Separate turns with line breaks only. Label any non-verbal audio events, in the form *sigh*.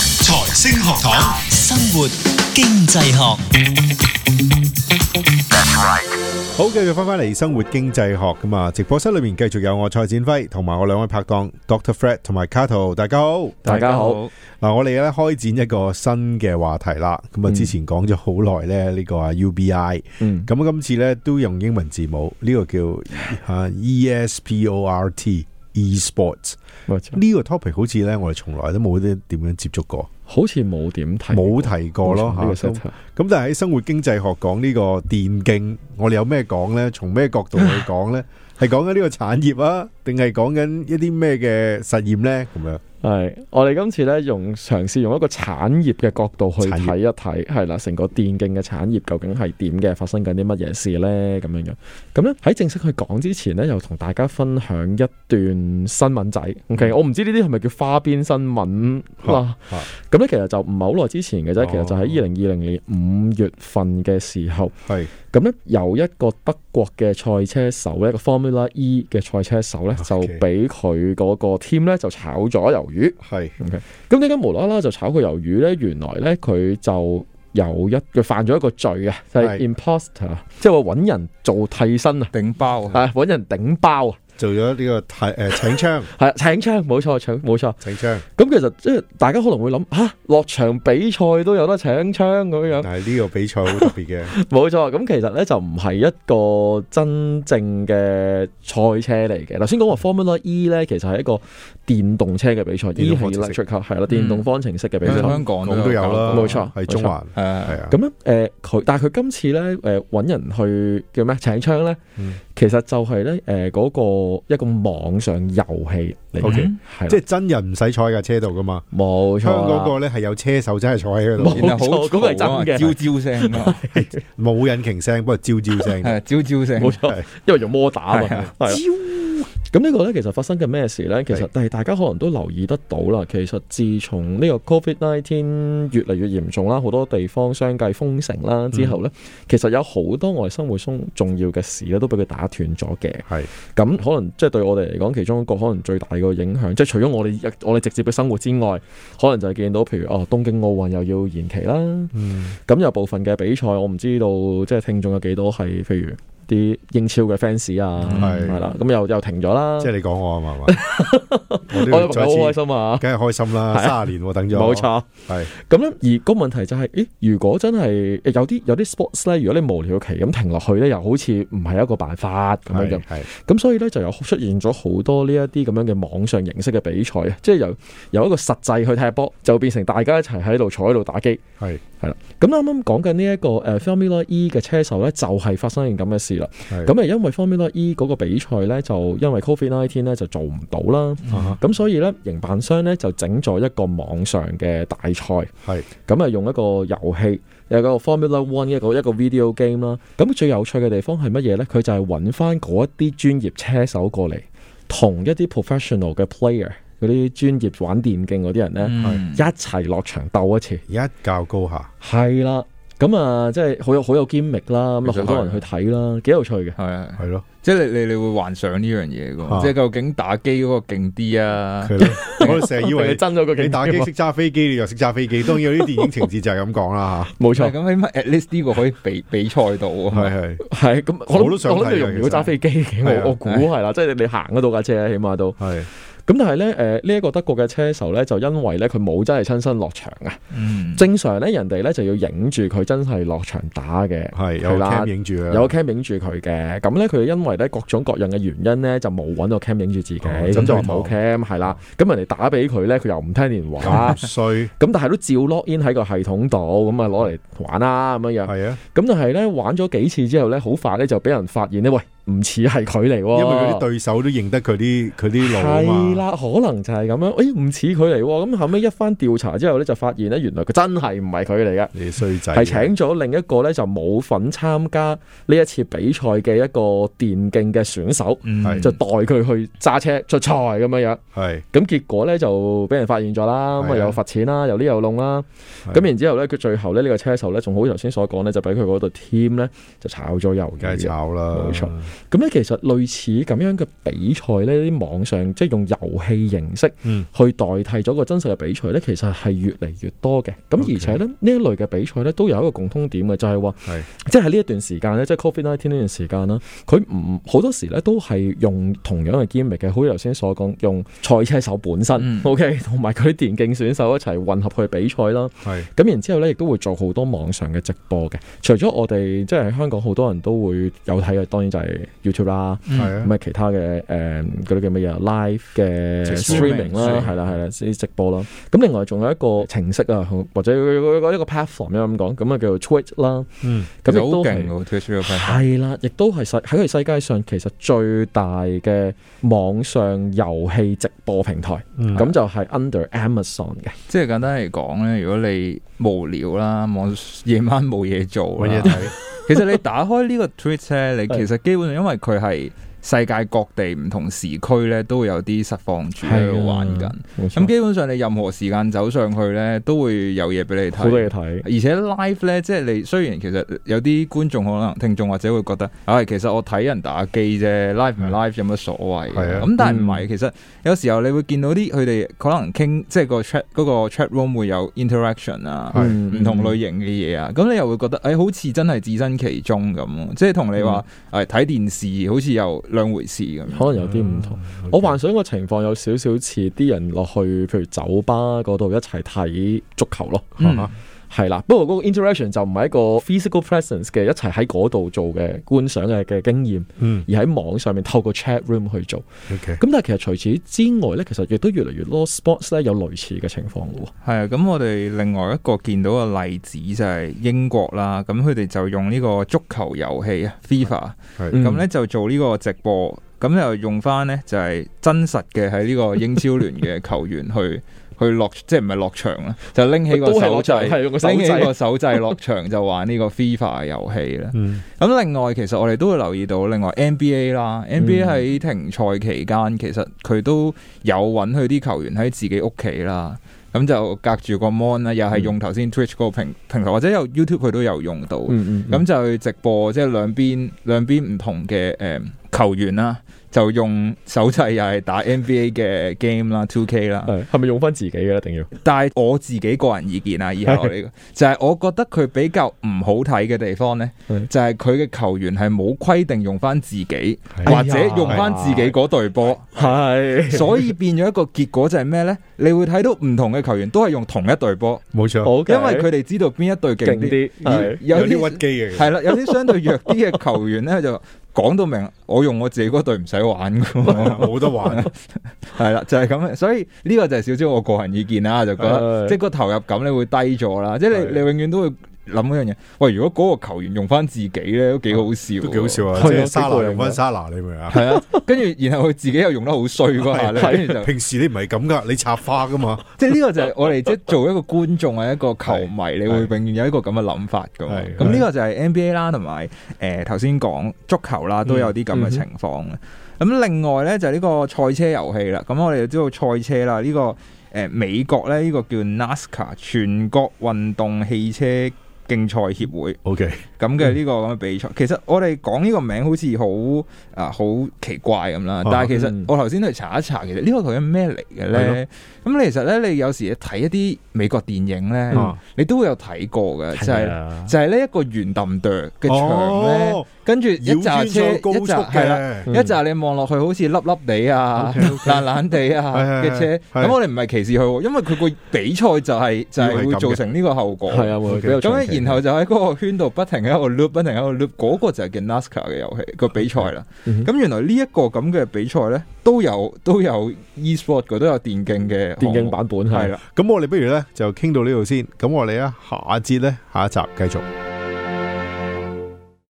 星學堂，
生活經濟學，
好，繼續翻翻嚟生活經濟學咁啊！直播室裏面繼續有我蔡展輝同埋我兩位拍檔 Doctor Fred 同埋 Cato，大家好。
大家好，
嗱，我哋咧開展一個新嘅話題啦。咁啊，之前講咗好耐咧，呢個啊 UBI，
嗯，
咁今次咧都用英文字母，呢個叫啊 ESPORT eSports
冇錯，
呢個 topic 好似咧，我哋從來都冇啲點樣接觸過，
好似冇點睇，
冇提過咯
呢個
嚇
set
咁咁但係喺生活經濟學講呢個電競，我哋有咩講呢？從咩角度去講 *laughs* 呢？係講緊呢個產業啊，定係講緊一啲咩嘅實驗呢？咁樣
係我哋今次咧用嘗試用一個產業嘅角度去
產業
睇一睇，係啦，成個電競嘅產業究竟係點嘅，發生緊啲乜嘢事咧？咁樣樣，咁咧喺正式去講之前咧，又同大家分享一段新聞仔。OK，我唔知呢啲係咪叫花邊新聞啦
嗯嚇嚇。
咁咧其實就唔係好耐之前嘅啫，其實就
哦
喺二零二零年五月份嘅時候。
係
咁咧，有一個德國嘅賽車手咧，一個 Formula E 嘅賽車手咧，就
OK
俾佢嗰個 team 咧就炒咗魷魚。
係
OK，咁點解無啦啦就炒佢魷魚咧？原來咧佢就有一佢犯咗一個罪啊，就係、
係
imposter，即係話揾人做替身啊，
頂包啊！
係揾人頂包啊，
做咗呢個提 *laughs* 誒請槍
係啊請槍，冇錯，搶冇錯。
請槍，
咁其實即係大家可能會諗吓，落場比賽都有得請槍咁樣。
但係啊呢個比賽好特別 *laughs* 嘅，
冇錯，咁其實咧就唔係一個真正嘅賽車嚟嘅。頭先講話 Formula E 咧，其實係一個電動車嘅比賽
電
，E
動方
係
程式
electric car，係啦，電動方程式嘅嗯比賽。
香港
咁都有啦，
冇錯
係中環
誒
係啊，
咁咧，誒、佢但係佢今次咧，誒、揾人去叫咩請槍咧，
嗯
其實就係咧，誒、嗰個一個網上遊戲嚟嘅
OK，，
係
即
即
係真人唔使坐喺架車度噶嘛，
冇錯
香港
啦，
個呢係有車手真係坐喺嗰
冇
度，
然後好
冇錯嗰個係真嘅
招招聲啊，
冇引擎聲，不過招招聲，
係招招聲，
冇錯
係，
因為用摩打啊嘛，
係
係
啊
啦咁呢個咧，其實發生緊咩事咧？其實但係大家可能都留意得到啦。其實自從呢個 Covid nineteen 越嚟越嚴重啦，好多地方相繼封城啦之後咧，其實有好多我哋生活中重要嘅事咧，都俾佢打斷咗嘅。
係
咁可能即係對我哋嚟講，其中一個可能最大嘅影響，即係除咗我哋我哋直接嘅生活之外，可能就係見到譬如哦，東京奧運又要延期啦。
嗯
咁有部分嘅比賽，我唔知道即係聽眾有幾多係譬如啲英超嘅 fans 啊，
嗯係
係啦，咁又又停咗啦。
即係你講我啊嘛，係 *laughs* 嘛我都要再
我有朋友好開
次，
心啊！
梗係開心啦，
係啊
三十年我等咗，
冇，錯，
係
咁咧而個問題就係、咦，如果真係有啲有啲 sports 咧，如果你無聊期咁停落去咧，又好似唔係一個辦法咁樣
係
樣。
係
咁所以咧就有出現咗好多呢一啲咁樣嘅網上形式嘅比賽啊，即係由由一個實際去踢波，就變成大家一齊喺度坐喺度打機。
係
咁啱啱講緊呢一個誒 Formula E 嘅車手咧，就係、發生緊咁嘅事啦。
係
咁誒，因為 Formula E 嗰個比賽咧，就因為 Covid nineteen 咧就做唔到啦。
啊
咁所以咧，營辦商咧就整咗一個網上嘅大賽，
哈係
咁啊用一個遊戲，有個 Formula One 一個一個 video game 啦。咁最有趣嘅地方係乜嘢咧？佢就係揾翻嗰一啲專業車手過嚟，同一啲 professional 嘅 player，嗰啲專業玩電競嗰啲人咧，
嗯
一齊落場鬥一次。
一較高下，
係啦，咁啊，即係好有好有 gimmick 啦，咁啊
其實
好多人去睇啦，幾有趣嘅。
係啊，
係咯，
*laughs*
即係你你你會幻想呢樣嘢
啊
噶，即係究竟打機嗰個勁啲啊？
係咯，我哋成日以
定係
為
真咗個
你
競
打
技
機
嘛
識揸飛機，你又識揸飛機，當然有啲電影情節就係咁講
*laughs*
啦
冇
係
錯，
咁起碼 at least 呢個可以
*laughs*
比比賽到
嚇，
啊嘛，
係係
係咁，我
我都
諗
想睇
我諗你
嘅
用唔
其實
到揸飛機嘅，
係啊
我我估
係
係啦，即係你行嗰度架車，起碼都。
係
咁但係咧，誒呢一個德國嘅車手咧，就因為咧佢冇真係親身落場啊。
嗯，
正常咧，人哋咧就要影住佢真係落場打嘅，
係有
係啦
cam 影住啊，
有 cam 影住佢嘅。咁咧佢因為咧各種各樣嘅原因咧，就冇揾到 cam 影住自己，
哦
咁
真
就
係
冇 cam 係啦。咁人哋打俾佢咧，佢又唔聽電話 *laughs*
咁。衰
咁但係都照 log in 喺個系統度，咁啊攞嚟玩啦咁樣樣。
係啊，
咁但係咧玩咗幾次之後咧，好快咧就俾人發現咧，喂唔似係佢嚟
因
喎。
為佢啲對手都認得佢啲佢啲路啊
係
嘛，
啦，可能就係咁樣，誒唔似佢嚟喎，咁後尾一番調查之後咧，就發現咧原來佢真係唔係佢嚟嘅，
你衰仔
係請咗另一個咧就冇份參加呢一次比賽嘅一個電競嘅選手，
嗯
就代佢去揸車出賽咁樣樣，
係
咁結果咧就俾人發現咗啦，咁
係啊
啊又罰錢啦，又呢又弄啦，
係啊
咁然之後咧佢最後咧呢個車手咧仲好似頭先所講咧就俾佢嗰度 team 咧就炒咗魷啊
梗係
魚。
炒啦，
冇錯咁咧其實類似咁樣嘅比賽呢，啲網上即係用遊戲形式
嗯
去代替咗個真實嘅比賽呢，其實係越嚟越多嘅。咁
OK
而且呢，呢一類嘅比賽呢，都有一個共通點嘅，就係話
係，
即係喺呢一段時間呢，即係 Covid nineteen 呢段時間啦，佢唔好多時呢都係用同樣嘅 g i m 嘅，好似頭先所講，用賽車手本身、
嗯
OK，同埋佢啲電競選手一齊混合去比賽啦。
係
咁然之後咧，亦都會做好多網上嘅直播嘅。除咗我哋即係香港好多人都會有睇嘅，當然就係 YouTube 啦，
係啊
嗯
咁啊其他嘅誒嗰啲叫乜嘢 live 嘅
直
播
streaming 啦，
streaming
係啦係啦，啲直播啦。咁另外仲有一個程式啊，或者一個 platform 咁講，咁啊叫做 Twitch 啦。
嗯
咁
就
亦
好
都
勁
係。
喎，Twitch 嘅
係啦，亦都係世喺佢世界上其實最大嘅網上遊戲直播平台，
嗯
咁就係 under Amazon 嘅。
即係簡單嚟講咧，如果你無聊啦，望夜晚冇嘢做
搵嘢
啦，
睇，
其實你打開呢個 Twitch 咧，你其實基本上因為佢係世界各地唔同時區咧都會有啲實況主喺度玩緊，
冇
咁
錯
基本上你任何時間走上去咧都會有嘢俾你
好多嘢
睇。
睇。
而且 live 咧，即係你雖然其實有啲觀眾可能聽眾或者會覺得，唉、其實我睇人打機啫，live 唔 live 有乜所謂？
係啊
咁但係唔係，其實有時候你會見到啲佢哋可能傾，即係個 chat 嗰個 chat room 會有 interaction 啊。
係
唔同類型嘅嘢啊，咁你又會覺得，誒、好似真係置身其中咁喎，即係同你話
嗯
誒睇電視，好似又兩回事咁。
可能有啲唔
嗯
同。我幻想個情況有少少似啲人落去，譬如酒吧嗰度一齊睇足球咯，
嗯
啊
係啦。不過嗰個 interaction 就唔係一個 physical presence 嘅，一齊喺嗰度做嘅觀賞嘅嘅經驗，
嗯
而喺網上面透過 chat room 去做。
，OK，
咁但係其實除此之外咧，其實亦都越嚟越多 sports 咧有類似嘅情況嘅喎。
係啊，咁我哋另外一個見到嘅例子就係英國啦，咁佢哋就用呢個足球遊戲啊 FIFA，
嗯
係
咁咧就做呢個直播，咁又用翻咧就係真實嘅喺呢個英超聯嘅球員去 *laughs* 去落，即係唔係落場啦，就拎起個
都係
手
落場係用個手
掣， *laughs* 拎
掣
起個手掣落場就玩呢個 FIFA 遊戲啦。
嗯
咁另外，其實我哋都會留意到，另外 NBA 啦，NBA
嗯
喺停賽期間，其實佢都有揾佢啲球員喺自己屋企啦。咁就隔住個 mon 啦，又係
嗯
用頭先 Twitch 嗰個平平台，或者有 YouTube 佢都有用到。咁、
嗯嗯，
就去直播，即係兩邊兩邊唔同嘅誒、嗯球員啦，就用手掣又係打 NBA 嘅 game 啦，Two K 啦。
係係咪用翻自己嘅一定要？
但係我自己個人意見啊，以下我呢個就係我覺得佢比較唔好睇嘅地方呢，
係
就係佢嘅球員係冇規定用翻自己，
係
或者用翻自己嗰隊波，
哎係
所以變咗一個結果就係咩呢？你會睇到唔同嘅球員都係用同一隊波，
冇錯，
好，
因為佢哋知道邊一隊勁
勁
啲，
啲係
有
有
啲
啲屈機嘅，
係啦，有啲相對弱啲嘅球員呢，就講到明，我用我自己嗰隊唔使玩㗎
*laughs*
喎
冇得玩，
系啦，就係咁樣，所以呢個就係少少我個人意見啦，就覺得
係
即係個投入感咧會低咗啦，即係
係
你你永遠都會諗嗰樣嘢。喂，如果嗰個球員用翻自己咧，都幾好笑，
都幾好笑啊！
係
即
啊
係沙拿用
幾過癮
翻
㗎
沙拿，你明唔明啊？
係啊，跟住然後佢自己又用得好衰嗰下咧，
係
跟住就
平時你唔 *laughs* 係咁噶，你插花噶 *laughs* 嘛？
*laughs* 即係呢個就係我哋即係做一個觀眾啊，一個球迷，你會
係
永遠有一個咁嘅諗法噶嘛。
係
咁呢個就係 NBA 啦，同埋誒頭先講足球啦，都有啲咁嘅
嗯
情況嘅。
嗯
咁另外咧就係呢個賽車遊戲啦。咁我哋都知道賽車啦，呢個誒美國咧呢個叫 NASCAR 全國運動汽車競賽協會。
OK，
咁
嗯
嘅呢個咁嘅比賽，其實我哋講呢個名好似好啊好奇怪咁
啊
啦，但係其實
嗯
我頭先去查一查，其實呢個究竟咩嚟嘅
係
咧？咁其實咧，你有時睇一啲美國電影咧，
啊
你都會有睇過嘅，就係、
係啊
就係呢一個圓揼哚嘅牆咧，
哦
跟住一紮
繞
車，
圈
一
高速
紮係啦。
嘅，
嗯
一紮你望落去好似凹凹地啊、
OK，OK
爛爛地啊
係係
嘅車，
係係
咁我哋唔係歧視佢喎，因為佢個比賽就係、就係、
要係咁
會
嘅
造成呢個後果。
啊，會
OK
比較
咁
長
咧，
期
然後就喺嗰個圈度不停喺度 loop，不停喺度 loop，嗰個就係叫 NASCAR 嘅遊戲個比賽啦。
嗯哼
咁原來呢一個咁嘅比賽咧，都有都有 e-sport 嘅，都有電競嘅
電競
項
版本
目
係
係。啦。
咁我哋不如咧就傾到呢度先，咁我哋咧下一節咧下一集繼續。